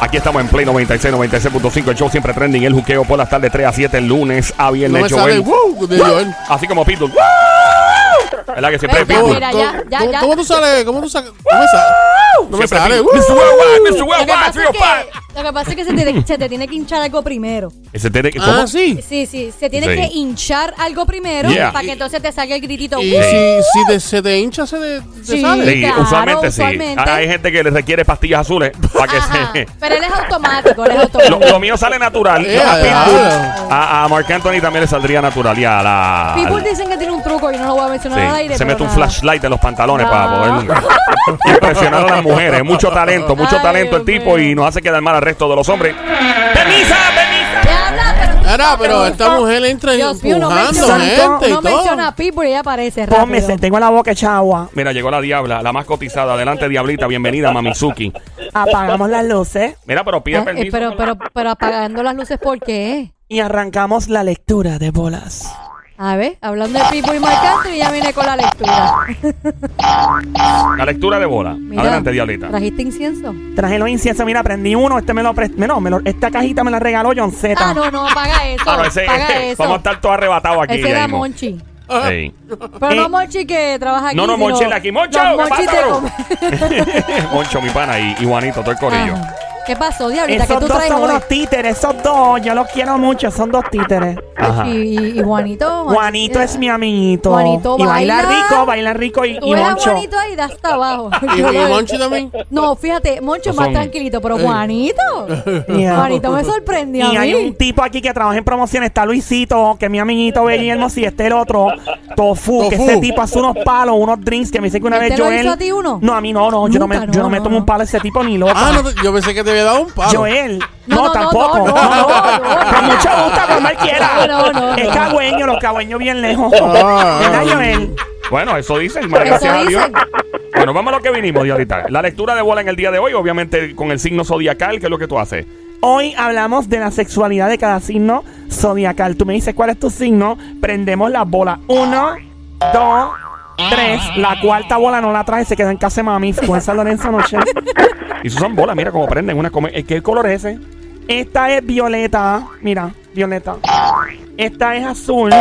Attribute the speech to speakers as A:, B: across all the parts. A: Aquí estamos en Play 96, 96.5. El show siempre trending. El juqueo por las tardes 3 a 7, lunes a
B: No
A: viernes.
B: me sale
A: Joel.
B: el wow de Joel.
A: Así como Pitbull. ¿Verdad que siempre es
C: Ven, ya,
A: Pitbull?
C: mira,
B: ¿Cómo-
C: ya, ya,
B: cómo-
C: ya.
B: ¿Cómo tú sales? ¿Cómo tú sales? No me sale. No me
A: Siempre
B: sale.
A: Pitbull.
B: wow.
A: Mr. Worldwide, Mr.
C: Lo que
A: Worldwide,
C: pasa es
A: 305.
C: que- lo que pasa es que se te, se te tiene que hinchar algo primero.
A: Ese tiene que- ¿Cómo?
B: Ah, sí.
C: Sí, sí, se tiene
A: Sí.
C: que hinchar algo primero
A: Yeah.
C: para que entonces te salga el gritito.
B: Y
C: "Uh".
B: si, si te- se te hincha, se te, te
C: Sí.
B: sale.
A: Sí,
C: claro,
A: usualmente sí.
C: usualmente.
A: Ahora hay gente que le requiere pastillas azules para que
C: Ajá.
A: se.
C: Pero él es automático, él es
A: Lo,
C: automático.
A: lo mío sale natural.
B: Eh,
A: a, Pitbull,
B: ah.
A: a, a Mark Anthony también le saldría natural. Y a la.
C: People
A: al-
C: dicen que tiene un truco y no lo voy a mencionar
A: Sí,
C: al aire.
A: se
C: pero
A: mete un
C: nada.
A: flashlight en los pantalones
C: No.
A: para poder impresionar a las mujeres. Mucho talento, mucho
C: Ay,
A: talento el
C: Dios
A: tipo
C: mío.
A: y nos hace quedar mal al resto de los hombres. ¡Permisa, permisa!
C: Ya habla, Ah, pero-
B: Ahora, pero esta mujer entra
C: Dios mío, no
B: empujando
C: menciona,
B: gente y
C: no menciona a
B: todo.
C: People y ella aparece rápido.
D: Ponme, se tengo la boca hecha agua.
A: Mira, llegó la diabla, la más cotizada. Adelante, diablita, bienvenida, Mamizuki.
D: Apagamos las luces
A: Mira, pero pide
C: Ah, eh,
A: permiso.
C: pero, pero, pero apagando las luces, ¿por qué?
D: y arrancamos la lectura de bolas.
C: A ver, hablando de People y Marcante, y ya viene con la lectura.
A: La lectura de bola.
C: Mira,
A: Adelante, diablita.
C: ¿Trajiste incienso?
D: Traje los inciensos, mira, prendí uno, este me lo prestó. No, me lo- esta cajita me la regaló John Z.
C: Ah, no, no, apaga eso.
A: Ah, no, ese-
C: apaga
A: ese-
C: eso.
A: vamos a estar todos arrebatados aquí.
C: Ese
A: ya
C: era
A: mismo.
C: Monchi.
A: Sí.
C: Pero no Monchi que trabaja aquí.
A: No, no,
C: sino-
A: Monchi es de aquí. ¡Moncho!
C: Los
A: ¿Qué
C: Monchi
A: pasa,
C: te
A: bro?
C: comen.
A: Moncho, mi pana, y, y Juanito, todo el corillo.
C: Ajá. Ah, ¿Qué pasó, Diablita? ¿Qué
D: Esos
C: tú
D: dos
C: traes
D: son
C: hoy?
D: unos títeres, esos dos, yo los quiero mucho, son dos títeres.
A: Ajá.
C: Y, y- y Juanito.
D: Juanito es mi amiguito.
C: eh, Juanito
D: y baila,
C: baila.
D: rico, baila rico y,
C: Tú
D: y
C: ves a
D: moncho.
C: Juanito ahí, da hasta abajo.
B: Y, y Monchi también.
C: No, fíjate, Moncho es
A: No
C: más
A: son-
C: tranquilito, pero Juanito.
D: Yeah.
C: Juanito me sorprendió a
D: Y hay
C: mí.
D: un tipo aquí que trabaja en promoción, está Luisito, que es mi amiguito bello y hermoso, y este el otro, Tofu, que
B: Tofu.
D: ese tipo hace unos palos, unos drinks, que me dice que una
C: ¿Él
D: vez
C: te lo
D: Joel...
C: hizo a ti uno?
D: No, a mí no, no, yo no me,
C: Nunca,
D: yo
C: no,
D: no me
C: no,
D: tomo
C: no.
D: un palo a ese tipo ni loco.
B: Ah, no, te- yo pensé que te había dado un palo.
D: Joel,
C: No,
D: no,
C: no, no,
D: tampoco.
C: no,
D: No,
C: no, no, no.
D: Con mucho gusto, cuando él quiera.
C: No, no, no.
D: Es cagüeño, los cagüeños bien lejos.
B: Ah,
D: ¿Verdad,
B: ah.
D: Joel?
A: Bueno, eso dicen, más
C: Eso
A: gracias a
C: dicen.
A: Dios. Bueno, vamos a lo que vinimos, Diablita. La lectura de bola en el día de hoy, obviamente con el signo zodiacal, que es lo que tú haces.
D: Hoy hablamos de la sexualidad de cada signo zodiacal. Tú me dices cuál es tu signo, prendemos las bolas. Uno, dos, tres. La cuarta bola no la traje, se quedó en casa de mami. Fue en San Lorenzo anoche.
A: Y eso son bolas, mira cómo prenden. Una come- eh, ¿Qué color es ese?
D: Esta es violeta. Mira, violeta. Esta es azul.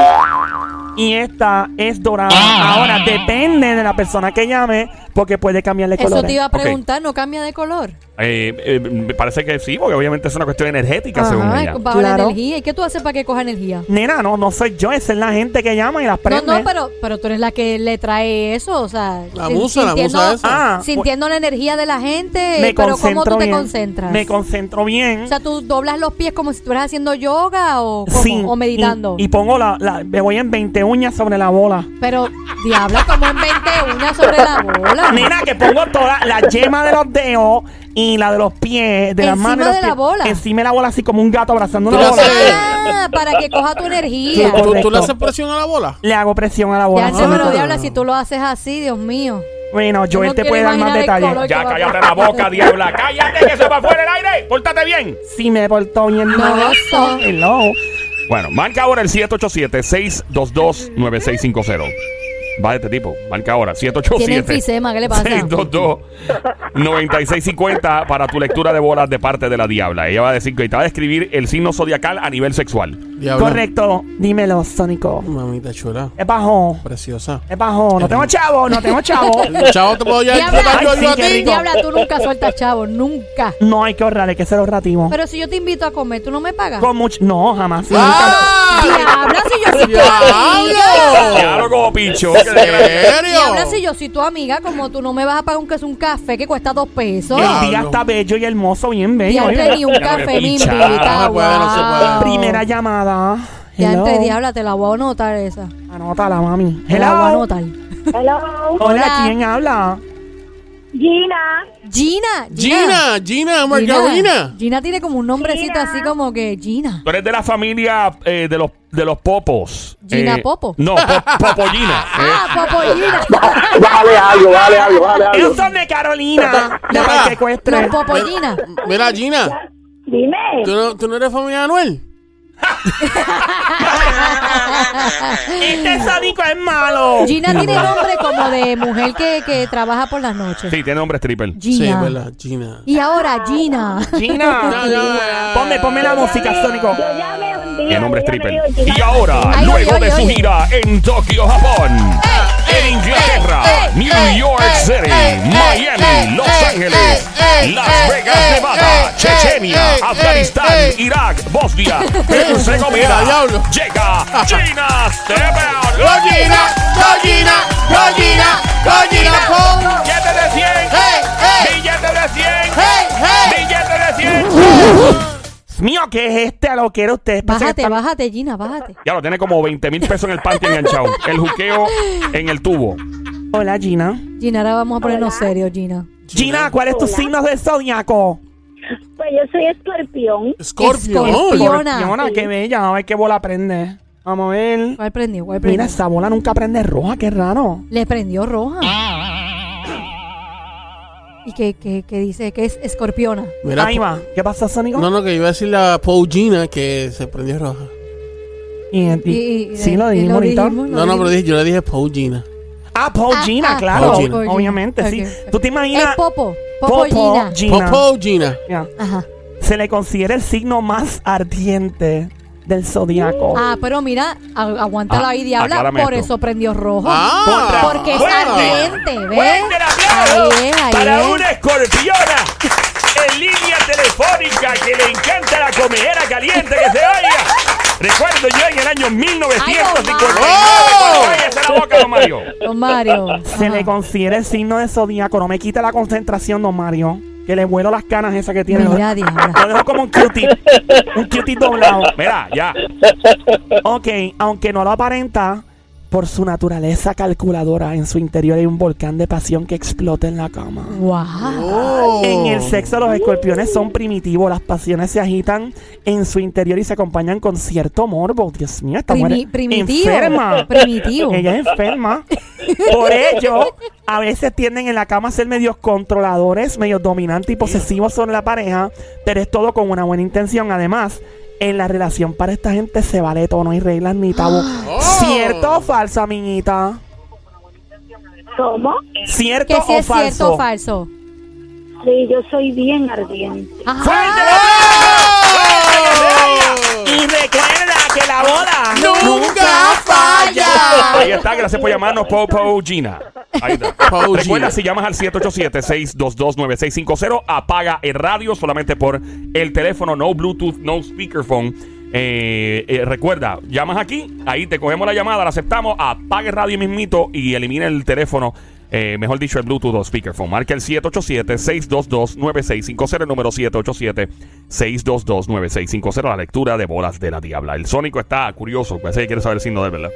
D: Y esta es dorada. Ahora depende de la persona que llame, porque puede cambiarle
C: Eso te
D: colores.
C: iba a
A: Ok.
C: preguntar, ¿no cambia de color?
A: Eh, eh, me parece que sí, porque obviamente es una cuestión energética, según
C: Ajá,
A: ella.
C: bajo la
D: Claro.
C: energía. ¿Y qué tú haces para que coja energía?
D: Nena, no, no soy yo, esa es la gente que llama y las
C: No,
D: prende.
C: no, pero, pero tú eres la que le trae eso, o sea...
B: La
C: sin-
B: musa, la musa
D: esa. Ah,
C: Sintiendo la energía de la gente,
D: me
C: pero ¿cómo
D: concentro
C: tú te
D: bien.
C: concentras?
D: Me concentro bien.
C: o sea, ¿tú doblas los pies como si estuvieras haciendo yoga o, cómo?
D: Sí,
C: o meditando?
D: Y, y pongo la, la- Me voy en 20 uñas sobre la bola.
C: Pero, diabla, como en 20 uñas sobre la bola.
D: Nena, que pongo toda la yema de los dedos y la de los pies, de
C: Encima
D: las manos. y los
C: de la
D: pies.
C: bola.
D: Encima de la bola, así como un gato abrazando
B: Tú
D: una
B: lo
D: bola.
B: haces-
C: Ah, para que coja tu energía.
B: ¿Tú, tú
D: Correcto.
B: le haces presión a la bola?
D: Le hago presión a la bola.
C: Ya se me
B: Ah.
C: lo diabla si tú lo haces así, Dios mío.
D: Bueno,
C: Yo
D: Joel
C: no
D: te
C: quiero
D: puede dar más
C: imaginar el color.
A: Ya,
D: detalles.
A: cállate la boca, diabla. Cállate que se va fuera el aire. Pórtate bien.
D: Si me portó bien.
C: No, eso.
D: Hello.
A: Bueno, marca ahora el 787-622-9650. Va este tipo, marca ahora.
C: Tiene
A: 787.
C: enfisema, ¿qué le pasa?
A: 622-9650 para tu lectura de bolas de parte de la diabla. Ella va a decir que te va a describir el signo zodiacal a nivel sexual.
B: Diablo.
D: Correcto. Dímelo, Sónico.
B: Mamita chula.
D: Es bajo.
B: Preciosa.
D: Es bajo. No tengo chavo, no tengo chavo.
B: Chavo, te puedo llevar yo,
C: Diabla,
D: Ay,
B: yo a
D: sí, qué
B: ti.
D: rico.
C: diabla, tú nunca sueltas chavo, nunca.
D: No hay que ahorrar, hay que ser ahorrativo.
C: Pero si yo te invito a comer, ¿tú no me pagas?
D: Con mucho. No, jamás.
B: ¡Ah!
C: Diabla, si yo soy tu amiga.
B: ¡Diablo!
A: Diálogo, picho.
B: ¿En serio?
C: Diabla, si yo soy tu amiga, como tú no me vas a pagar aunque es un café que cuesta dos pesos.
D: El día
B: Diablo.
D: está bello y hermoso, bien bello.
C: Diantre,
D: oye.
C: ni un café me
A: Pichada.
C: invita.
B: No se puede, no se puede.
C: wow.
D: Primera llamada.
C: Diantre,
D: Hello.
C: diabla, te la voy a anotar esa.
D: Anótala, mami.
C: Te la voy a
D: Hello.
C: anotar.
E: Hello,
D: Hola,
C: Hola.
D: ¿quién habla?
E: Gina.
C: Gina, Gina.
B: Gina, Gina, Margarina.
C: Gina tiene como un nombrecito
E: Gina.
C: así como que Gina.
A: Tú eres de la familia eh, de los de los popos.
C: Gina
A: Eh,
C: Popo.
A: No, po- eh. Popollina.
B: Eh.
C: Ah, Popollina.
F: Bájale algo, bájale algo, bájale algo.
D: Ellos son de Carolina. De
B: Ya.
D: Parque Ecuestre.
C: Los Popollina.
B: Mira, Gina,
E: Dime.
B: ¿tú no, tú no eres familia de Anuel?
D: Este sónico es malo.
C: Gina tiene nombre como de mujer que, que trabaja por las noches.
A: Sí, tiene nombre stripper.
B: Sí,
C: Gina.
B: ¿verdad? China.
C: y ahora Gina.
B: No,
D: Gina.
B: no, no.
D: Ponme, ponme la música, Sónico.
E: Yo llamé un día.
A: El nombre
E: yo llamé
A: stripper.
E: y
A: Y
E: digo, Gina,
A: ahora,
C: Ay,
A: luego
C: oye,
A: de su
C: oye.
A: gira en Tokio, Japón, en Inglaterra, New York City, Miami, Los Ángeles, Las Vegas, Nevada, Chechenia, Afganistán, Irak, Bosnia, Herzegovina.
B: Ya, diablo.
A: Llega Gina Stephen.
B: ¡Go Gina! ¡Go Gina! ¡Go Gina! ¡Go Gina! ¡Go!
A: ¡Billete de 100!
B: ¡Hey! ¡Hey!
A: ¡Billete de 100!
B: ¡Hey! ¡Hey!
A: ¡Billete de 100!
D: Dios mío, ¿qué es este aloquero? Ustedes piensan
C: Bájate,
D: que están-
C: bájate, Gina, bájate.
A: Ya lo tiene como 20 mil pesos en el panty enganchado. El juqueo en el tubo.
D: Hola, Gina.
C: Gina, ahora vamos a ponernos serios, Gina.
D: Gina, ¿cuál es tu signo de zodiaco?
E: Pues yo soy escorpión.
C: Escorpión.
B: Escorpión.
C: Fiona.
D: Fiona, qué bella. Vamos a ver qué bola prende. Vamos a ver.
C: ¿Cuál prendió? ¿Cuál
D: Mira,
C: prendió?
D: esa bola nunca prende roja, qué raro.
C: Le prendió roja. ¿Y qué, qué, qué dice? Que es escorpiona.
B: Mira,
D: Ahí va. ¿Qué pasó, Sónico?
B: No, no, que iba a decir la Paul Gina que se prendió roja.
D: Y, y-
C: Y- y-
D: sí,
C: y-
D: lo
C: y
D: dijimos ahorita.
C: dijimos,
B: No, no, pero dije- yo le dije Paul Gina.
D: Ah, Paul
C: Ah,
D: Gina,
C: ah,
D: claro.
B: Paul Gina.
D: Obviamente,
C: Paul
D: sí.
C: Gina.
D: ¿Tú te imaginas?
C: Es Popo. Popo
D: Popo
C: Gina.
D: Gina.
B: Paul Gina.
D: Ya.
C: Ajá.
D: Se le considera el signo más ardiente del zodiaco.
C: Ah, pero mira, a- aguántalo
A: Ah,
C: ahí, diabla.
A: aclárame
C: Por
A: esto.
C: eso prendió rojo.
B: Ah.
C: porque es
B: Fuerte.
C: ardiente, ¿ves?
A: ¡Fuerte el aplauso
C: Ahí es, ahí
A: para
C: es.
A: una escorpiona en línea telefónica que le encanta la comedera caliente que se oiga. Recuerdo yo en el año 1959
B: Ay, don Mario.
A: cuando esa la boca, don Mario.
C: Don Mario.
D: Se
C: Ajá.
D: le considera el signo de zodiaco. No me quite la concentración, don Mario. Que le vuelo las canas esas que tiene.
C: Mira, diabla.
D: Lo dejo como un cutie. Un cutie doblado.
A: Mira, ya.
D: Ok, aunque no lo aparenta, por su naturaleza calculadora, en su interior hay un volcán de pasión que explota en la cama.
C: Wow.
D: En el sexo los escorpiones son primitivos, las pasiones se agitan en su interior y se acompañan con cierto morbo. Dios mío, esta mujer
C: Primi-
D: es
C: primitivo.
D: enferma.
C: Primitivo.
D: Ella es enferma. Por ello, a veces tienden en la cama a ser medios controladores, medios dominantes y posesivos sobre la pareja, pero es todo con una buena intención. Además, en la relación para esta gente se vale todo, no hay reglas ni tabú.
C: Oh.
D: ¿Cierto o falso, amiguita?
E: ¿Cómo?
D: ¿Cierto
C: Que si
D: o
C: es cierto
D: falso?
C: o falso.
E: Sí, yo soy bien ardiente.
C: Ajá.
D: ¡Fuerte el
B: Oh.
D: aplauso! Y recuerda que la boda
B: ¡Nunca falla!
A: Ahí está, gracias por llamarnos Popo Gina. Ahí está.
B: Popo
A: Recuerda,
B: Gina.
A: si llamas al 787-622-9650, apaga el radio solamente por el teléfono, no Bluetooth, no speakerphone. Eh, eh, recuerda, llamas aquí, ahí te cogemos la llamada, la aceptamos, apaga el radio mismito y elimina el teléfono. eh, mejor dicho, el Bluetooth o speakerphone. Marca el 787-622-9650, el número 787-622-9650, la lectura de bolas de la diabla. El Sónico está curioso, parece que quiere saber el signo de él, verdad.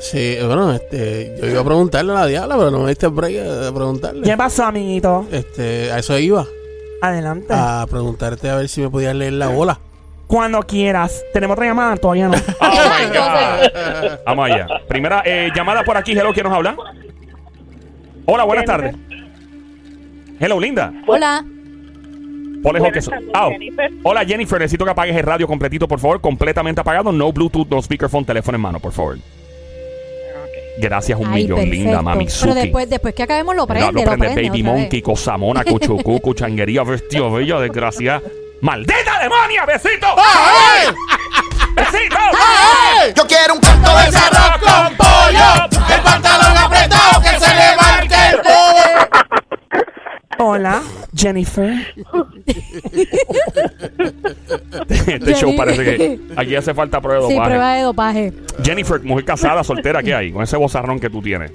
B: Sí, bueno, este, yo iba a preguntarle a la diabla, pero no me diste break eh, de preguntarle.
D: ¿Qué pasó, amiguito?
B: Este, a eso iba,
C: Eh.
D: Adelante.
B: a preguntarte a ver si me podías leer la bola.
D: Cuando quieras. Tenemos otra llamada, todavía no.
A: Oh my God. Vamos allá. Primera eh, llamada por aquí. Hello, ¿quién nos habla? Hola, buenas tardes. Hello, linda.
C: Hola.
A: Ponle
E: Buenas
A: hockey so-
E: tardes,
A: Au.
E: Jennifer.
A: Hola, Jennifer. Necesito que apagues el radio completito, por favor. Completamente apagado. No Bluetooth, no speakerphone, teléfono en mano, por favor. Gracias un
C: Ay,
A: millón,
C: perfecto.
A: linda mami.
C: Pero
A: Suki.
C: después, después que acabemos lo prende,
A: No, lo prende Baby
C: otra vez.
A: Monkey, Cosamona, Cuchucu, Cuchanguería, Vestido Bello, Desgracia. ¡Maldita demonia! ¡Besito!
C: Ah.
A: ¡Besito!
G: Yo quiero un canto de
B: ese
G: cerro.
B: arroz con pollo, el pantalón apretado que se le marque el pollo.
D: Hola, Jennifer.
A: Este show
C: Jenny-
A: parece que aquí hace falta prueba de
C: Sí,
A: dopaje.
C: prueba de dopaje.
A: Jennifer, mujer casada, soltera, ¿qué hay? Con ese bozarrón que tú tienes.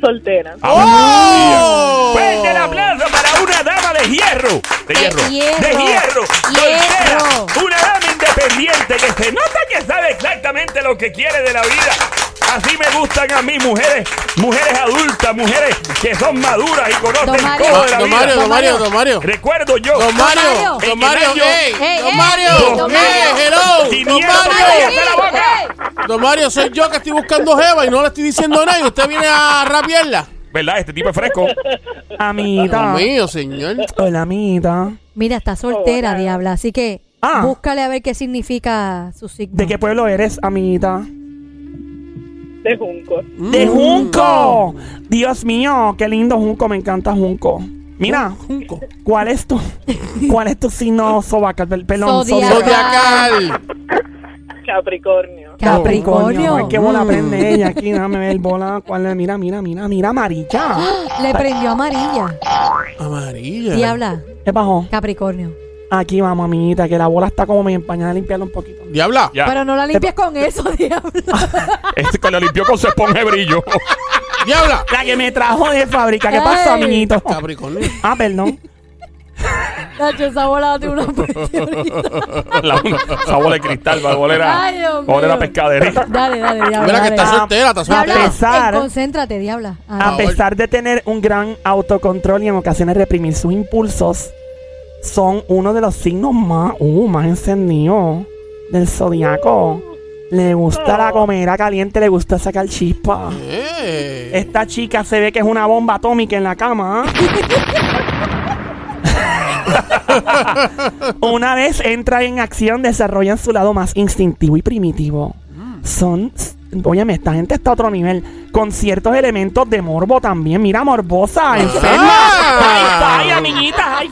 E: Soltera.
A: ¡Oh! ¡Fuerte el aplauso para una dama de hierro! ¡De,
C: De
A: hierro!
C: hierro.
A: ¡De hierro!
C: Hierro.
A: Soltera, ¡Una dama independiente que se nota que sabe exactamente lo que quiere de la vida! Así me gustan a mí mujeres, mujeres adultas, mujeres que son maduras y
C: Don
A: conocen
C: Mario.
A: todo de la
B: Don
A: vida.
B: Mario, don Mario, don Mario.
A: Recuerdo yo.
B: Don Mario, don Mario, hey,
C: Hey,
B: don
C: hey,
B: Mario,
C: don
B: hey,
C: Mario.
B: hello,
A: Sin
B: don
A: miedo, Mario,
B: Mario.
A: hasta la boca.
B: Don Mario, soy yo que estoy buscando Jeva y no le estoy diciendo nada y usted viene a rabiarla.
A: ¿Verdad? Este tipo es fresco.
D: Amiguita.
B: Dios mío, señor.
D: Hola, amiguita.
C: Mira, está soltera, diabla. Así que
D: Oh, Ah.
C: Búscale a ver qué significa su signo.
D: ¿De qué pueblo eres, amiguita?
E: De Junco.
D: ¡De Junco! Dios mío, qué lindo Junco, me encanta Junco. Mira,
B: Junco.
D: ¿cuál es tu, cuál es tu signo sobacal? Pel- Perdón,
C: Zodiacal.
D: zodiacal.
B: Zodiacal.
E: Capricornio.
C: Capricornio.
D: Ay, qué bola prende ella aquí. Déjame ver bola. ¿Cuál es? Mira, mira, mira, mira, amarilla.
C: Le prendió amarilla.
B: Amarilla.
C: Diabla,
D: ¿Qué bajó?
C: Capricornio.
D: Aquí vamos, amiguita, que la bola está como medio empañada. Limpiarla un poquito.
B: Diabla.
A: Ya.
C: Pero no la limpies con eso, diabla.
A: Este que lo limpió con su esponja de brillo.
B: Diabla.
D: La que me trajo de fábrica. ¿Qué pasó,
C: Ay.
D: amiguito?
B: Capricornio.
D: Ah, perdón.
C: Nacho, esa bola de una meteorita.
A: la una, esa bola de cristal, la bola
C: Ay,
A: era,
C: Dios
A: bola era
C: mío.
A: pescadería.
C: Dale, dale, diabla.
B: Mira que
C: dale.
B: está soltera, está
C: Diabla,
B: soltera.
D: pesar-
C: eh, concéntrate, diabla. Ah,
D: A pesar de tener un gran autocontrol y en ocasiones reprimir sus impulsos, son uno de los signos más, uh, más encendidos del zodiaco. Le gusta la comera caliente, le gusta sacar chispa.
B: Eh.
D: Esta chica se ve que es una bomba atómica en la cama. ¿ah? una vez entra en acción, desarrollan su lado más instintivo y primitivo. Son. Óyeme, esta gente está a otro nivel. Con ciertos elementos de morbo también. Mira, morbosa, enferma.
B: Ah.
D: High five, amiguita, high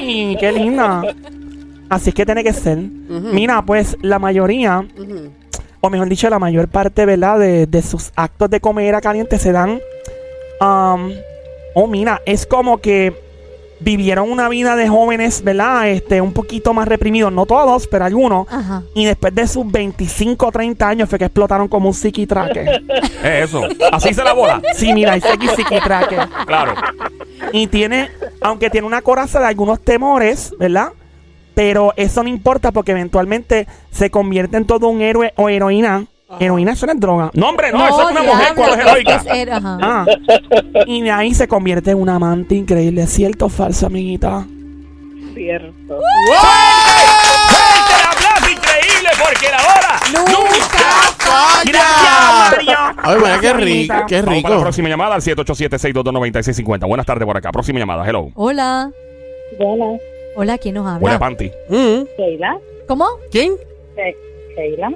D: five. Qué linda. Así es que tiene que ser. Mira, pues la mayoría o mejor dicho, la mayor parte, ¿verdad? De, de sus actos de comida caliente se dan. am, oh, mira, es como que vivieron una vida de jóvenes, ¿verdad? Este, un poquito más reprimidos, no todos, pero algunos.
C: Ajá.
D: Y después de sus 25 o 30 años fue que explotaron como un psiquitraque.
A: Es eso. Así se la bola.
D: Sí, mira, dice aquí psiquitraque.
A: Claro.
D: Y tiene, aunque tiene una coraza de algunos temores, ¿verdad? Pero eso no importa porque eventualmente se convierte en todo un héroe o heroína. Heroína suena en droga.
A: No, hombre, no, esa es una mujer
C: diabla,
A: cuando es heroica.
C: es her- ajá.
D: Ah, y de ahí se convierte en un amante increíble. ¿Cierto o falso, amiguita?
E: Cierto.
A: ¡Fuerte el aplauso increíble! Porque la bola.
C: Nunca.
D: ¡Gracias,
B: ¡Falla!
D: María!
B: Ay, María, qué
D: Gracias,
B: rico,
D: amiguita.
B: qué
A: Vamos para la
B: rico.
A: próxima llamada al 787-622-9650. Buenas tardes por acá. Próxima llamada, hello.
C: Hola.
E: Hola.
C: Hola, ¿quién nos
A: Huele
C: habla?
A: panty.
B: Mm.
E: Sheila. Eh,
C: ¿Cómo?
B: ¿Quién?
E: Sheila.
B: Sheila.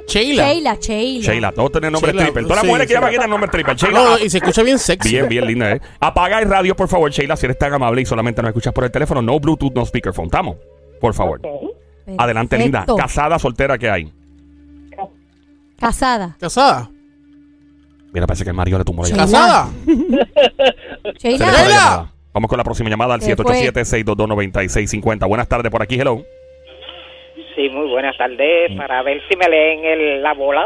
C: Sheila, Sheila.
A: Sheila, todos tienen nombre
B: Sheila,
A: triple. Todas las
B: sí,
A: mujeres que
B: sí.
A: llaman aquí tienen nombre triple. Sheila.
B: No, y se escucha bien sexy.
A: Bien, bien linda, ¿eh? Apaga el radio, por favor, Sheila, si eres tan amable y solamente nos escuchas por el teléfono. No Bluetooth, no speakerphone. Estamos, por favor.
C: Perfecto.
A: Adelante, linda. Casada, soltera, ¿qué hay?
C: Casada.
B: ¿Casada?
A: Mira, parece que el Mario le tumbó la
C: Sí.
A: llamada.
B: ¿Casada?
A: Se le fue
C: Sheila.
A: la
B: Sheila.
A: llamada. Vamos con la próxima llamada al
C: Se fue.
A: 787-622-9650. Buenas tardes por aquí, hello.
H: Sí, muy buenas tardes. Para ver si me leen el- la bola.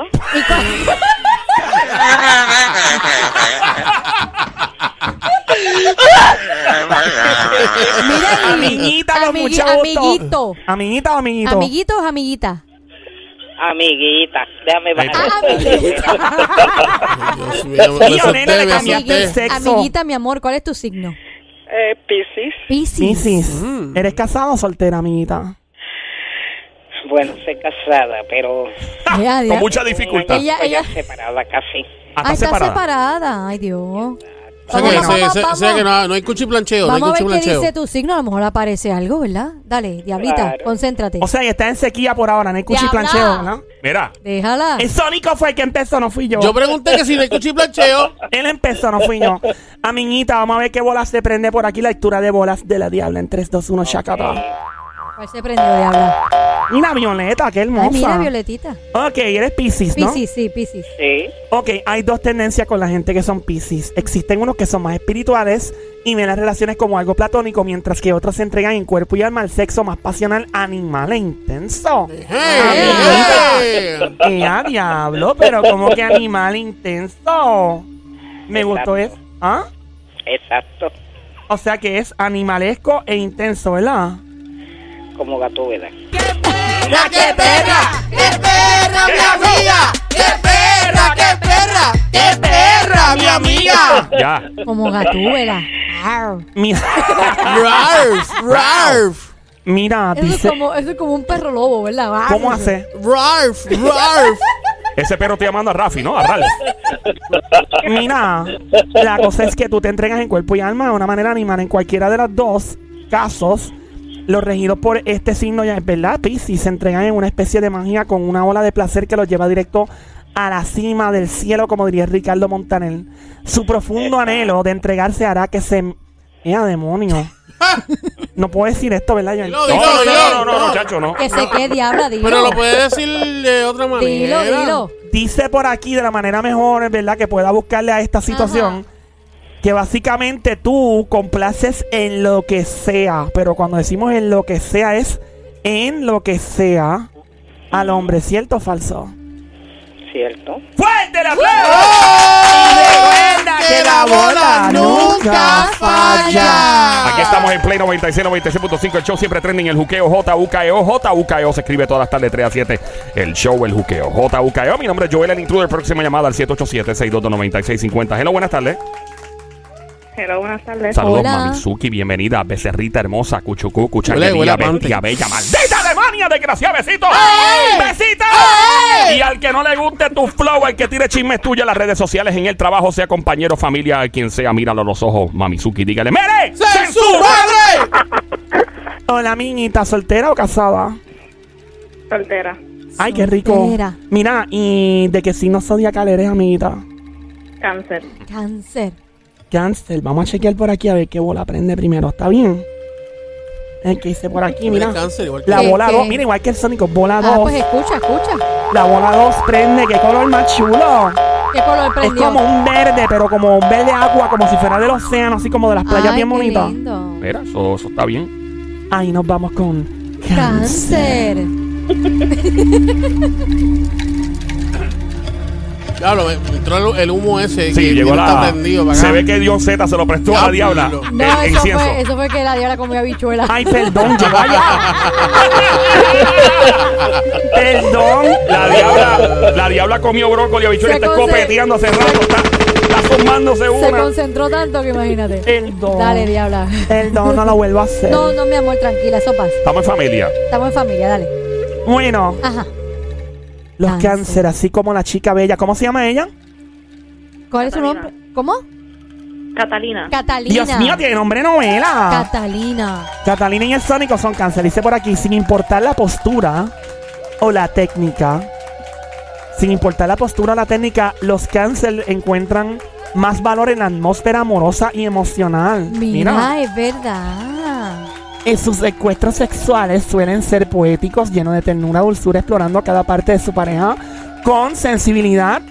C: Mira,
D: Amiguita, con
C: amigui-
D: mucho gusto.
C: Amiguito.
D: ¿Amiguita o amiguito?
C: Amiguitos, amiguita. Ah,
H: Amiguita, déjame
A: Ahí
H: bajar.
A: está.
B: Dios mío, me
D: Tío, nena, le
B: asusté, me
D: cambiaste.
B: asusté.
D: sexo.
C: Amiguita, mi amor, ¿cuál es tu signo?
H: Eh, Piscis.
C: Piscis.
D: Misis,
C: Mm.
D: ¿eres casada o soltera, amiguita?
H: Bueno, soy casada, pero
C: Ya, ya.
A: Con mucha dificultad.
C: Ella-
H: estoy ya
C: ella-
H: separada casi.
C: Ah,
A: Hasta
C: está separada.
A: separada.
C: Ay, Dios.
B: O sea que,
C: Vamos,
B: o sea-
C: vamos,
B: o sea- o sea
C: vamos.
B: que no, no hay cuchiplancheo, no hay
C: Vamos a ver qué
B: cuchiplancheo.
C: dice tu signo. A lo mejor aparece algo, ¿verdad? Dale, diablita,
H: Claro.
C: concéntrate.
D: O sea, y está en sequía por ahora, no hay cuchiplancheo,
C: Diabla.
D: ¿no?
A: Mira,
C: Déjala.
D: El Sónico fue el que empezó, no fui yo.
B: Yo pregunté que si no hay cuchiplancheo.
D: Él empezó, no fui yo. Amiguita, vamos a ver qué bolas se prende por aquí. Lectura de bolas de la diabla en 3, 2, 1, chacata.
C: ¿Cuál se prendió, diabla?
D: Mira, Violeta, qué hermosa.
C: Ay, mira, Violetita.
D: Ok, eres Pisces, ¿no?
C: Piscis, sí, Piscis.
H: Eh, Sí,
D: Ok, hay dos tendencias con la gente que son Pisces. Existen unos que son más espirituales y ven las relaciones como algo platónico, mientras que otros se entregan en cuerpo y alma al sexo más pasional, animal e intenso.
C: Ah,
B: ¡Hey! ¡Hey!
D: ¡Eh, a diablo! Pero como que animal intenso. Me gustó eso. ¿Ah?
H: exacto.
D: O sea que es animalesco e intenso, ¿verdad?
H: Como gatúbela.
G: ¡Mira qué perra! ¡Qué perra, mi amiga! ¡Qué perra, qué perra! ¡Qué perra, mi amiga!
A: ya.
C: Como gatúbela. Arr.
D: Mira,
B: ¡Ralph! ¡Ralph!
D: mira
C: Eso es,
D: dice.
C: como, eso es como un perro lobo, ¿verdad? Arr.
D: ¿Cómo hace?
B: ¡Ralph! ¡Ralph!
A: Ese perro te llamando a Rafi, ¿no? A Ralph.
D: Mira, la cosa es que tú te entregas en cuerpo y alma de una manera animal en cualquiera de los dos casos. Los regidos por este signo, ya es verdad, Piscis, se entregan en una especie de magia con una ola de placer que los lleva directo a la cima del cielo, como diría Ricardo Montaner. Su profundo anhelo de entregarse hará que se... ¡Ea, demonio! no puedo decir esto, ¿verdad, Joel?
B: Dilo,
A: No,
B: dilo,
A: no,
B: dilo,
A: no, no, no, no, chacho, no.
C: Que se quede, habla, dilo.
B: Pero lo puedes decir de otra manera.
C: Dilo, dilo.
D: dice por aquí de la manera mejor, es ¿verdad? Que pueda buscarle a esta situación. Que básicamente tú complaces en lo que sea. Pero cuando decimos en lo que sea es en lo que sea al hombre, ¿cierto o falso?
H: ¿Cierto?
A: ¡Fuerte el aplauso!
G: Recuerda que la bola nunca falla.
A: Aquí estamos en Play 96, 96.5. El show siempre trending. El juqueo J-U-K-E-O. J-U-K-E-O E se escribe todas las tardes 3 a 7. El show, el juqueo J-U-K-E-O. E Mi nombre es Joel, el intruder. Próxima llamada al 787-622-9650. Hello, buenas tardes.
E: Hello, buenas tardes.
A: Saludos,
C: Hola.
A: Mamizuki. Bienvenida. Becerrita hermosa. Cuchucu,
B: Huele, huele
A: cuchaquería,
B: a panty.
A: bestia bella. ¡Maldita Alemania, desgraciada!
B: ¡Eh,
A: ¡Besito! ¡Besito! Y al que no le guste tu flow, al que tire chismes tuyos en las redes sociales, en el trabajo, sea compañero, familia, quien sea, míralo a los ojos, Mamizuki. Dígale, ¡Mere!
B: ¡Sé su madre!
D: Hola, miñita, ¿soltera o casada?
E: Soltera.
D: Ay, qué rico.
C: Soltera.
D: Mira, ¿y de qué signo zodiacal eres, amiguita?
E: Cáncer.
C: Cáncer.
D: Cáncer. Vamos a chequear por aquí a ver qué bola prende primero. ¿Está bien? El que hice por aquí, mira.
B: Cáncer, igual que
D: La
C: ¿Qué,
D: bola
C: qué?
D: 2, mira, igual que el Sónico, bola 2.
C: Ah, pues escucha, escucha.
D: La bola 2 prende, qué color más chulo.
C: ¿Qué color
D: Es
C: prendió?
D: como un verde, pero como un verde agua, como si fuera del océano, así como de las playas
C: Ay,
D: bien
C: qué
D: bonitas.
C: lindo.
A: Mira, eso, eso está bien.
D: Ahí nos vamos con cáncer.
C: Cáncer.
B: Diablo, me me entró el, el humo ese.
A: Sí,
B: que
A: llegó
B: no está
A: la.
B: prendido, para
A: Se
B: acá.
A: ve que Dion Z se lo prestó a la diabla.
B: Diablo.
C: No,
A: el
C: eso
A: incienso.
C: fue, eso fue que la diabla comió habichuela.
D: Ay, perdón, llegó allá. perdón.
A: La diabla, la diabla comió brócoli, bicho,
C: Se
A: está
C: conce-
A: copeteando hace rato, está, está fumándose
C: Se
A: una.
C: concentró tanto que imagínate.
D: Perdón.
C: Dale, diabla.
D: Perdón, no lo vuelvo a hacer.
C: No, no, mi amor, tranquila, eso pasa.
A: Estamos en familia.
C: Estamos en familia, dale.
D: Bueno,
C: Ajá.
D: los
C: Cáncer.
D: cáncer, así como la chica bella. ¿Cómo se llama ella?
C: ¿Cuál es su
E: Catalina.
C: nombre? ¿Cómo?
E: Catalina.
C: Catalina.
D: Dios mío, tiene nombre de novela.
C: Catalina.
D: Catalina y el Sónico son cáncer. Dice por aquí, sin importar la postura o la técnica. Sin importar la postura o la técnica, los cáncer encuentran más valor en la atmósfera amorosa y emocional.
C: Mira, es verdad.
D: En sus secuestros sexuales suelen ser poéticos, llenos de ternura, dulzura, explorando cada parte de su pareja con sensibilidad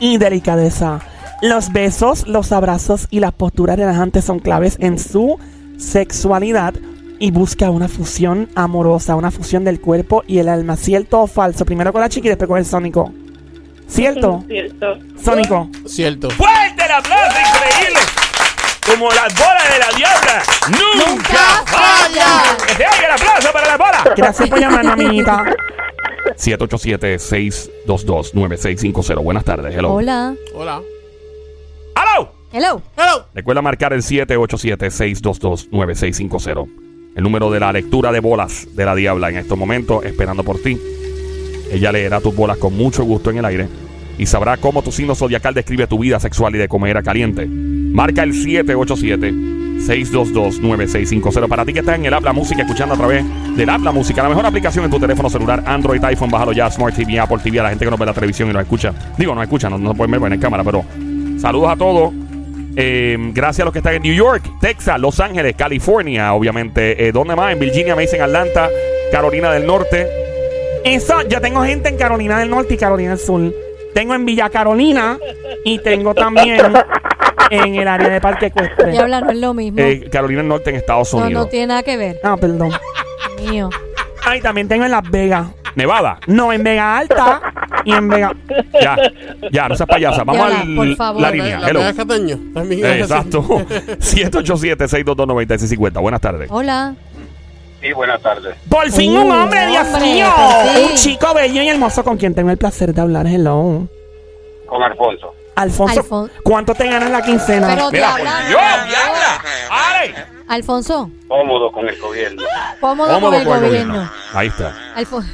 D: y delicadeza. Los besos, los abrazos y las posturas relajantes son claves en su sexualidad y busca una fusión amorosa, una fusión del cuerpo y el alma. ¿Cierto o falso? Primero con la chica y después con el sónico. ¿Cierto?
E: Cierto.
D: Sónico.
B: Cierto.
A: ¡Fuerte el aplauso! ¡Increíble! Como las bolas de la diabla. ¡Nunca,
G: falla!
A: ¡Que se oiga el aplauso para las bolas!
D: Gracias por llamarnos, amiguita.
A: 787-622-9650. Buenas tardes, hello.
C: Hola.
B: Hola.
A: ¡Hello!
C: Hello.
B: Hello.
A: Recuerda marcar el 787-622-9650. El número de la lectura de bolas de la Diabla en estos momentos, esperando por ti. Ella leerá tus bolas con mucho gusto en el aire y sabrá cómo tu signo zodiacal describe tu vida sexual y de cómo era caliente. Marca el 787-622-9650. Para ti que estás en el Habla Música, escuchando a través del Habla Música, la mejor aplicación en tu teléfono celular, Android, iPhone, bájalo ya, Smart TV, Apple TV, a la gente que nos ve en la televisión y nos escucha. Digo, no escucha, no, no pueden ver en cámara, pero saludos a todos. Eh, gracias a los que están en New York, Texas, Los Ángeles, California, obviamente. Eh, ¿Dónde más? En Virginia, me dicen Atlanta, Carolina del Norte.
D: Eso, yo tengo gente en Carolina del Norte y Carolina del Sur. Tengo en Villa Carolina y tengo también en el área de Parque Ecuestre.
C: Diabla no es lo mismo.
A: eh, Carolina del Norte en Estados
C: no, no
A: Unidos.
C: tiene nada que ver.
D: Ah, perdón.
C: Mío.
D: Ay, también tengo en Las Vegas.
A: Nevada.
D: No, en Vega Alta y en Vega.
A: Ya, ya, no seas payasa. Vamos
C: Ya,
A: al-
C: por favor.
A: la
C: La-
A: línea.
B: La
A: Hello.
B: pega Cataño. También
A: Eh, exacto. 787-622-9650. Buenas tardes.
C: Hola.
F: Sí, buenas tardes.
D: Por fin un
C: Uh,
D: hombre, Dios
C: hombre,
D: mío.
C: por fin.
D: Un chico bello y hermoso con quien tengo el placer de hablar. Hello.
F: Con Alfonso.
D: Alfonso,
C: Alfon-
D: ¿cuánto te ganas la quincena?
C: Pero
A: Mira, por
C: diabla.
A: Dios, diabla. ¡Ay!
C: Alfonso.
F: Cómodo con el gobierno.
C: Cómodo,
A: Cómodo
C: con el
A: con el
C: gobierno.
A: gobierno. Ahí está.
C: Alfonso.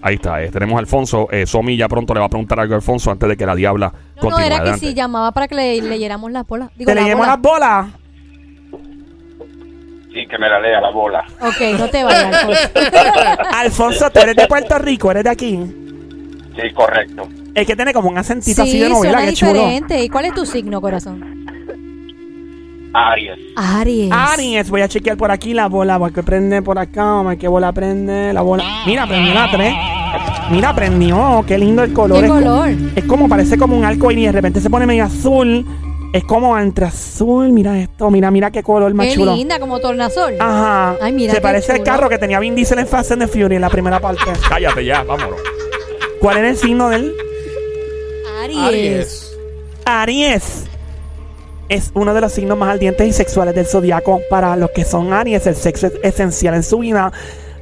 A: Ahí está, eh, tenemos a Alfonso. Eh, Somi ya pronto le va a preguntar algo a Alfonso antes de que la diabla
C: No, no,
A: continúe.
C: era que
A: Adelante.
C: si llamaba para que le leyéramos las bolas. Digo,
D: ¿Te
C: la
D: leemos
C: bola.
D: las bolas?
F: y que me la lea la bola.
C: Ok, no te vayas. Alfonso.
D: Alfonso, tú eres de Puerto Rico, eres de aquí.
F: Sí, correcto.
D: Es que tiene como un acentito así
C: Sí,
D: de novela,
C: suena
D: qué chulo.
C: diferente. ¿Y cuál es tu signo, corazón?
F: Aries.
C: Aries.
D: Aries, voy a chequear por aquí la bola, porque prende por acá, vamos a ver qué bola prende, la bola. Mira, prendió la 3. Mira, prendió, qué lindo el color.
C: ¿Qué
D: es co-
C: color?
D: Es como, parece como un arco iris, de repente se pone medio azul. Es como entre azul, mira esto, mira, mira qué color más
C: Qué
D: chulo. Ah.
C: linda, como tornasol.
D: Ajá.
C: Ay, mira
D: se
C: qué
D: parece al
C: chulo.
D: carro que tenía Vin Diesel en Fast and the Fury en la primera parte.
A: Cállate ya, vámonos.
D: ¿Cuál era el signo de él?
C: Aries.
B: Aries.
D: Aries. Es uno de los signos más ardientes y sexuales del zodiaco. Para los que son Aries, el sexo es esencial en su vida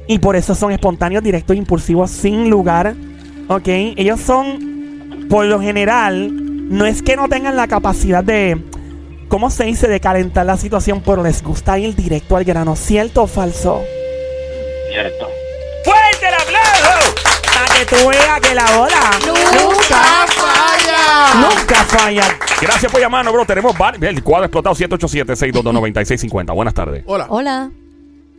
D: y por eso son espontáneos, directos, impulsivos, sin lugar. ¿Ok? Ellos son, por lo general, no es que no tengan la capacidad de, ¿cómo se dice?, de calentar la situación, pero les gusta ir directo al grano. ¿Cierto o falso?
F: Cierto.
A: ¡Fuerte el aplauso!
D: Para que tú veas que la bola
B: ¡Nunca falla!
D: nunca falla.
A: Gracias por llamarnos, bro. Tenemos bar- el cuadro explotado 787-622-9650. Buenas tardes.
B: Hola.
C: Hola.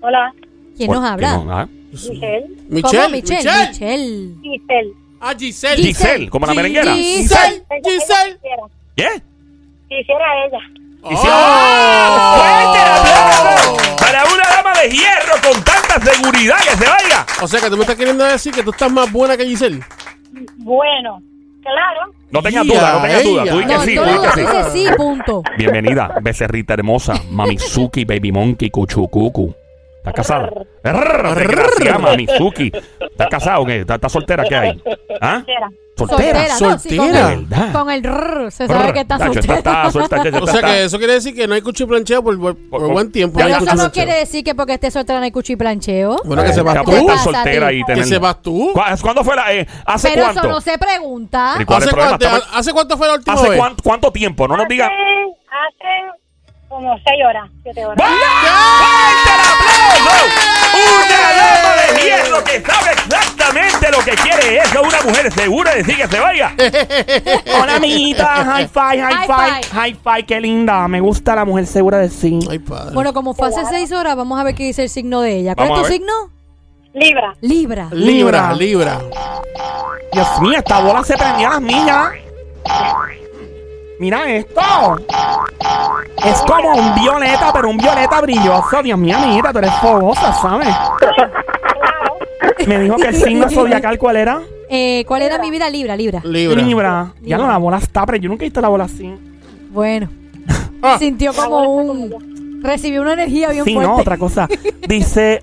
E: Hola,
C: ¿Quién nos habla?
A: ¿Quién nos- ah?
E: Miguel.
B: Michelle.
C: ¿Cómo? Michelle.
B: Michelle.
C: Michelle.
E: Giselle.
B: Ah, Giselle.
C: Giselle.
A: Giselle, como la
B: Gi-
A: merenguera.
C: Gis-
B: Giselle. Giselle.
A: ¿Qué?
E: Quisiera ella.
A: Y si- ¡Oh! ¡Fuerte el aplauso! Para una dama de hierro con tanta seguridad que se vaya.
B: O sea que tú me estás queriendo decir que tú estás más buena que Giselle.
E: Bueno, claro.
A: No tengas
B: Ya,
A: duda, no tengas duda. Tú di que
C: No,
A: sí, tú di
C: todo
A: que sí.
C: dice sí, punto.
A: Bienvenida, becerrita hermosa, Mamizuki, Baby Monkey, Cuchucucu. ¿Estás casada? Rrr, Desgraciada, Mamizuki. ¿Estás casada o qué? ¿Estás estás soltera? ¿Qué hay? ¿Ah?
C: Soltera,
A: ¿Soltera?
C: no, sí, con
B: soltera.
C: el-
A: ¿Verdad?
C: Con el rrr, se sabe que está
A: Tacho,
C: soltera.
A: Está soltera. está-
B: O sea
A: está-
B: que eso quiere decir que no hay cuchiplancheo por, por, por
A: por-
B: buen tiempo.
C: Pero
B: hay
C: eso no
B: cuchiplancheo.
C: quiere decir que porque esté soltera no hay cuchiplancheo.
B: Bueno, que
A: Eh,
B: se
A: ya
B: vas
A: puede
B: tú.
A: estar
C: ¿Qué pasa,
A: soltera
C: tío?
A: y
B: Que
A: tener-
B: se vas tú.
A: ¿Cu- ¿Cuándo fue la.? eh, ¿Hace
C: Pero
A: cuánto?
C: eso no se pregunta.
A: ¿Y cuál es
B: ¿Hace
A: el problema?
B: cuánto,
A: Estamos-
B: ¿Hace cuánto fue la última
A: ¿Hace
B: vez?
A: cuán- cuánto tiempo? No nos diga.
E: Hace como seis horas, siete horas.
A: ¡Vaya! ¡Fuerte el aplauso! Una dama de hierro que sabe exactamente lo que quiere es una mujer segura de decir que se vaya.
B: Eh.
D: Hola, amiguita. High five, high,
C: High
D: five.
C: five.
D: High five, qué linda. Me gusta la mujer segura de sí.
B: Ay, padre.
C: Bueno, como fue hace seis horas, vamos a ver qué dice el signo de ella. ¿Cuál
A: Vamos
C: es tu
A: a ver.
C: signo?
E: Libra.
C: Libra.
B: libra, libra.
D: Dios mío, esta bola se prendió a las millas. Mira esto. Es como un violeta, pero un violeta brilloso. Dios mío, amiguita, tú eres fogosa, ¿sabes? Me dijo que el signo zodiacal, ¿cuál era?
C: Eh, ¿Cuál era mi vida? Libra, Libra.
B: Libra.
D: Libra. Ya no, la bola está, pero yo nunca he visto la bola así.
C: Bueno.
B: Ah.
C: Sintió como un... Recibió una energía bien
D: Sí,
C: fuerte.
D: no, otra cosa. Dice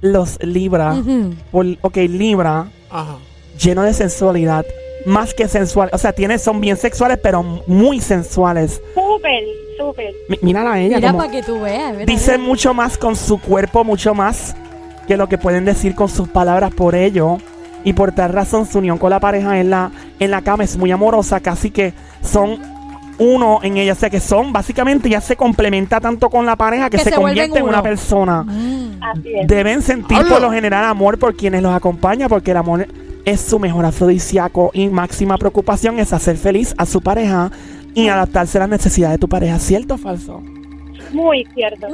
D: los Libra.
C: Ujú.
D: por- ok, Libra,
B: Ajá.
D: lleno de sensualidad. Más que sensual. O sea, tiene, son bien sexuales, pero muy sensuales.
E: Súper, súper.
D: Mi- mírala a ella.
C: Mira
D: como-
C: para que eh. tú veas. mira,
D: Dicen
C: mira.
D: mucho más con su cuerpo, mucho más que lo que pueden decir con sus palabras por ello. Y por tal razón su unión con la pareja en la, en la cama es muy amorosa, casi que son uno en ella. O sea que son, básicamente ya se complementa tanto con la pareja que,
C: Que
D: se,
C: se vuelven
D: convierte en una
C: uno.
D: persona.
C: Mm.
E: Así es.
D: Deben sentir
B: Habla.
D: por lo general amor por quienes los acompaña, porque el amor es su mejor afrodisíaco y máxima preocupación es hacer feliz a su pareja y adaptarse a las necesidades de tu pareja. ¿Cierto o falso?
E: Muy cierto.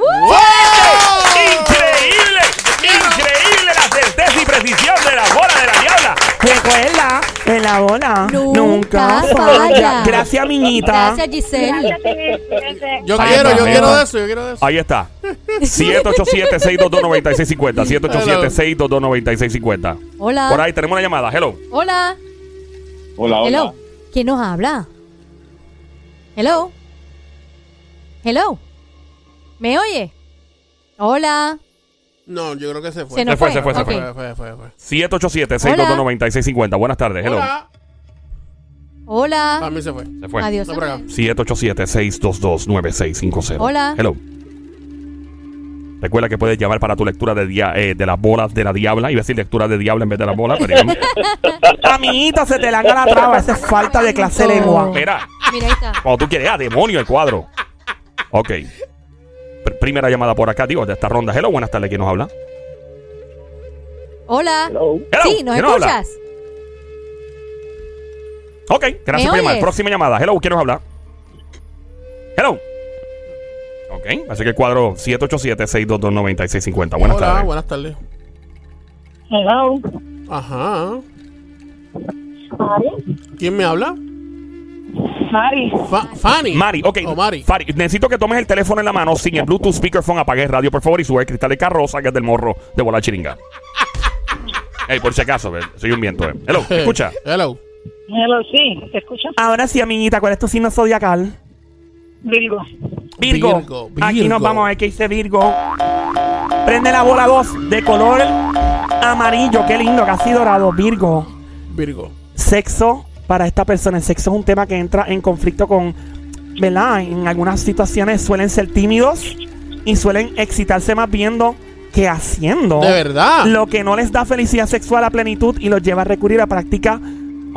A: Increíble, increíble la certeza y precisión de la bola de la diabla.
D: Recuerda, en la bola
C: Nunca falla.
D: Gracias, miñita.
C: Gracias, Giselle.
E: Gracias, Tigre.
B: Yo
A: Ahí
B: quiero,
A: está,
B: yo
A: ahí
B: quiero
A: está.
B: de eso, yo quiero de eso.
A: Ahí está. 787-622-9650. 787-622-9650.
C: Hola.
A: Por ahí tenemos una llamada. Hello.
C: Hola.
F: Hola,
C: Hello. ¿Quién nos habla? Hello. Hello. ¿Me oye? Hola.
B: No, yo creo que se fue.
C: Se nos
A: fue,
C: fue.
A: se fue, se
C: Ok.
B: Fue, fue, fue, fue.
A: 787-622-9650. Buenas tardes. Hello.
B: Hola. Para
A: Ah,
C: Hola.
B: mí se fue.
A: Se fue.
C: Adiós.
B: No, por acá.
A: 787-622-9650.
C: Hola.
A: Hello. Recuerdia que puedes llamar para tu lectura de, dia- eh, de las bolas de la diabla. Iba a decir lectura de diabla en vez de las bolas, pero...
D: Amiguita, se te la gana la traba. Esa es falta de clase de lengua.
A: Mira.
C: Mira, ahí está.
A: Cuando tú quieres, ah, demonio el cuadro. Ok. Pr- primera llamada por acá, digo, de esta ronda. Hello, buenas tardes, ¿quién nos habla?
C: Hola.
A: Hello,
C: Sí, ¿nos
A: ¿quién habla?
C: escuchas?
A: Ok, gracias
C: ¿Me
A: por llamar.
C: oyes?
A: Próxima llamada. Hello, ¿quién nos habla? Hello. Ok, Ok, así que el cuadro 787-622-9650. Buenas
B: Hola,
A: tardes.
B: buenas tardes.
E: Hello.
B: Ajá.
E: Mari.
B: ¿Quién me habla?
E: Mari.
B: Fa- Fanny.
A: Mari, ok.
B: O Oh, Mari.
A: Fari, necesito que tomes el teléfono en la mano sin el Bluetooth speakerphone, apague el radio, por favor, y sube el cristal de carro, saques del morro de bola chiringa. Ey, por si acaso, ve, soy un viento. eh. Hello,
B: Eh,
A: escucha.
B: Hello.
E: Hello, sí. ¿Te escuchas?
D: Ahora sí, amiguita, ¿cuál es tu signo zodiacal?
E: Virgo.
D: Virgo.
B: Virgo,
D: Aquí nos
B: Virgo.
D: vamos a ver qué dice Virgo. Prende la bola 2 de color amarillo. Qué lindo, casi dorado. Virgo.
B: Virgo.
D: Sexo para esta persona. El sexo es un tema que entra en conflicto con. ¿Verdad? En algunas situaciones suelen ser tímidos y suelen excitarse más viendo que haciendo.
B: De
C: Ah.
B: verdad.
D: Lo que no les da felicidad sexual a plenitud y los lleva a recurrir a práctica.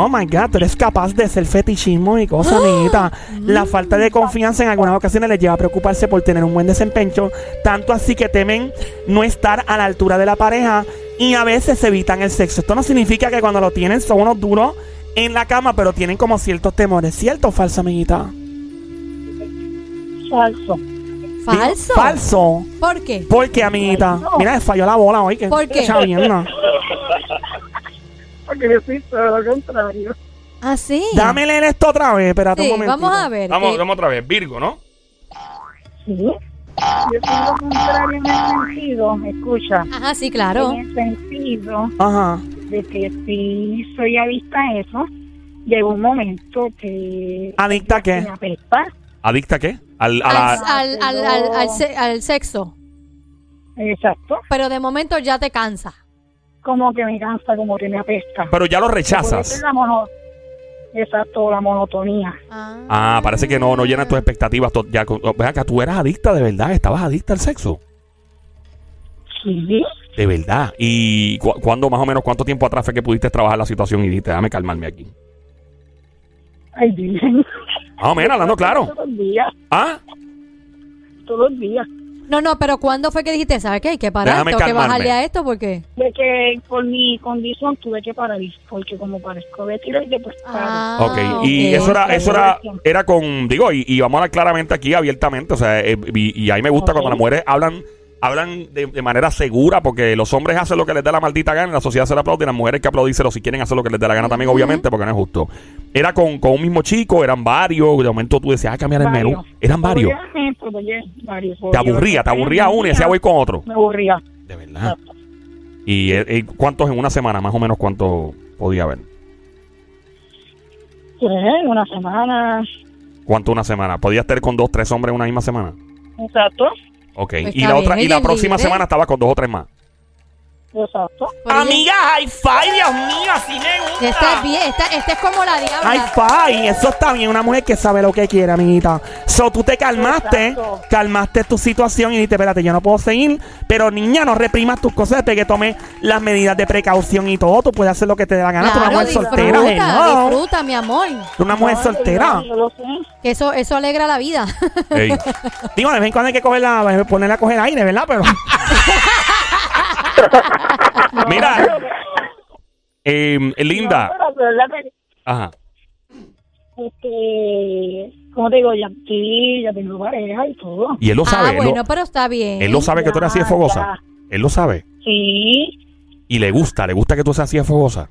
D: Oh my God, tú eres capaz de hacer fetichismo y cosas, amiguita. La
C: Mm.
D: falta de confianza en algunas ocasiones les lleva a preocuparse por tener un buen desempeño, tanto así que temen no estar a la altura de la pareja y a veces evitan el sexo. Esto no significa que cuando lo tienen son unos duros en la cama, pero tienen como ciertos temores. ¿Cierto o falso, amiguita?
E: Falso.
C: Falso.
D: Falso.
C: ¿Por qué?
D: ¿Por qué, amiguita? Mira, falló la bola hoy. Que
C: ¿Por qué?
D: chavienda.
E: Porque yo soy todo lo contrario.
C: Ah, sí.
D: Dame leer esto otra vez, espérate
C: Sí,
D: un momento.
C: vamos a ver. eh,
A: Vamos,
C: que-
A: vamos otra vez. Virgo, ¿no?
E: Sí. Yo soy lo contrario en el sentido, me escucha.
C: Ajá, sí, claro.
E: En el sentido
D: Ajá.
E: de que si soy adicta a eso, llegó un momento que
D: ¿Adicta a qué?
E: me apesta.
A: ¿Adicta qué? Al, a
C: Al,
A: la,
C: al, al, al- al se- al sexo.
E: Exacto.
C: Pero de momento ya te cansa.
E: Como que me cansa, como que me apesta.
A: pero ya lo
E: Por eso es
A: rechazas.
E: la mono- Exacto, la monotonía.
A: Ah, parece que no, no llenan tus expectativas. to- Ya, con- oh, ven acá, tú eras adicta de verdad, estabas adicta al sexo.
E: Sí.
A: De verdad. ¿Y cu- cuándo más o menos, cuánto tiempo atrás fue que pudiste trabajar la situación y dijiste, déjame calmarme aquí?
E: Ay, dicen.
A: Más o menos, hablando claro.
E: Todos los días,
A: ¿Ah?
E: todos los días.
C: No, no, pero ¿cuándo fue que dijiste, ¿sabes qué? Hay que parar
A: Déjame
C: esto, hay que
A: calmarme.
C: bajarle a esto porque.
E: De que por mi condición tuve que parar, porque como parezco de tiroides, pues paro.
C: Ah,
A: Ok, y
C: ok.
A: eso era, eso era,
E: Gracias.
A: era con, digo, y, y vamos a hablar claramente aquí abiertamente, o sea, eh, y, y ahí me gusta
E: Ok.
A: cuando las mujeres hablan, hablan de, de manera segura, porque los hombres hacen lo que les da la maldita gana, y la sociedad se la aplaude, y las mujeres hay que aplaudírselo si quieren hacer lo que les dé la gana también, obviamente, porque no es justo. Era con, con un mismo chico, eran varios, de momento tú decías, ah, cambiar el menú,
E: Varios.
A: eran varios.
E: Obviamente, oye, varios.
A: Te
E: Oye,
A: aburría, te aburría uno y decía voy con otro.
E: Me aburría.
A: De verdad.
C: Ah.
A: ¿Y eh, eh, cuántos en una semana, más o menos, cuántos podía haber?
E: Tres, una semana.
A: ¿Cuánto una semana? ¿Podías estar con dos, tres hombres en una misma semana?
E: Exacto,
A: Ok,
C: Pues
A: y la
C: está bien,
A: otra y
C: ella
A: la
C: es
A: próxima
C: libre.
A: semana estaba con dos o tres más.
E: exacto.
C: Por ella-
D: high five, Dios mío, así me gusta.
C: Está bien, esta, esta es como la diabla.
D: High five, eso está bien, una mujer que sabe lo que quiere, amiguita. So, tú te calmaste,
E: Exacto.
D: calmaste tu situación y dijiste, espérate, yo no puedo seguir, pero niña, no reprimas tus cosas después que tomes las medidas de precaución y todo, tú puedes hacer lo que te dé la gana, tú una
C: Claro,
D: mujer
C: disfruta,
D: soltera, hello.
C: disfruta, mi amor.
D: Tú una mujer
E: Ay,
D: soltera.
E: Yo lo sé.
C: Que eso, eso alegra la vida.
A: Ey,
D: Digo, de vez en cuando hay que cogerla, ponerla a coger aire, ¿verdad? Pero
A: Mira, eh,
E: No,
A: Linda.
E: pero de verdad que,
A: Ajá.
E: este, como te digo, ya, sí, ya tengo pareja y todo.
A: Y él lo sabe.
C: ah,
A: él lo-
C: bueno, pero está bien.
A: él lo sabe que tú eres así de
E: Ya,
A: fogosa. Él lo sabe.
E: Sí,
A: Y le gusta, le gusta que tú seas así de fogosa.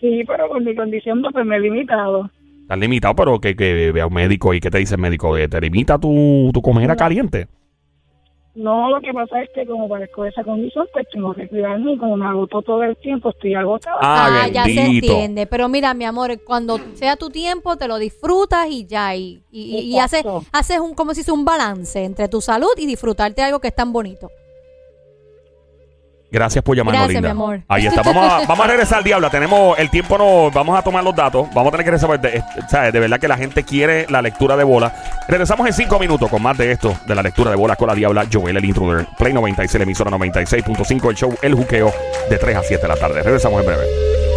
E: sí, pero con mi condición, pues me he limitado.
A: Estás limitado, pero que, que vea un médico y que te dice el médico, Eh, te limita tu, tu comida caliente.
E: No, lo que pasa es que como parezco de esa condición, pues tengo que cuidarme y como me agoto todo el tiempo, estoy agotada.
A: Ah,
C: Ah, ya se
A: bendito.
C: entiende. Pero mira, mi amor, cuando sea tu tiempo, te lo disfrutas y ya. Y, y, y- y haces,
E: Exacto.
C: haces un, como si hizo un balance entre tu salud y disfrutarte algo que es tan bonito.
A: Gracias por llamarnos,
C: Gracias,
A: Linda.
C: mi amor.
A: Ahí está. Vamos a, vamos a regresar al diablo. Tenemos el tiempo, no, vamos a tomar los datos. Vamos a tener que regresar. De, eh, ¿sabes? de verdad que la gente quiere la lectura de bola. Regresamos en cinco minutos con más de esto, de la lectura de bola con la diabla Joel el Intruder. Play 96, la emisora 96.5, el show El Juqueo de 3 a 7 de la tarde. Regresamos en breve.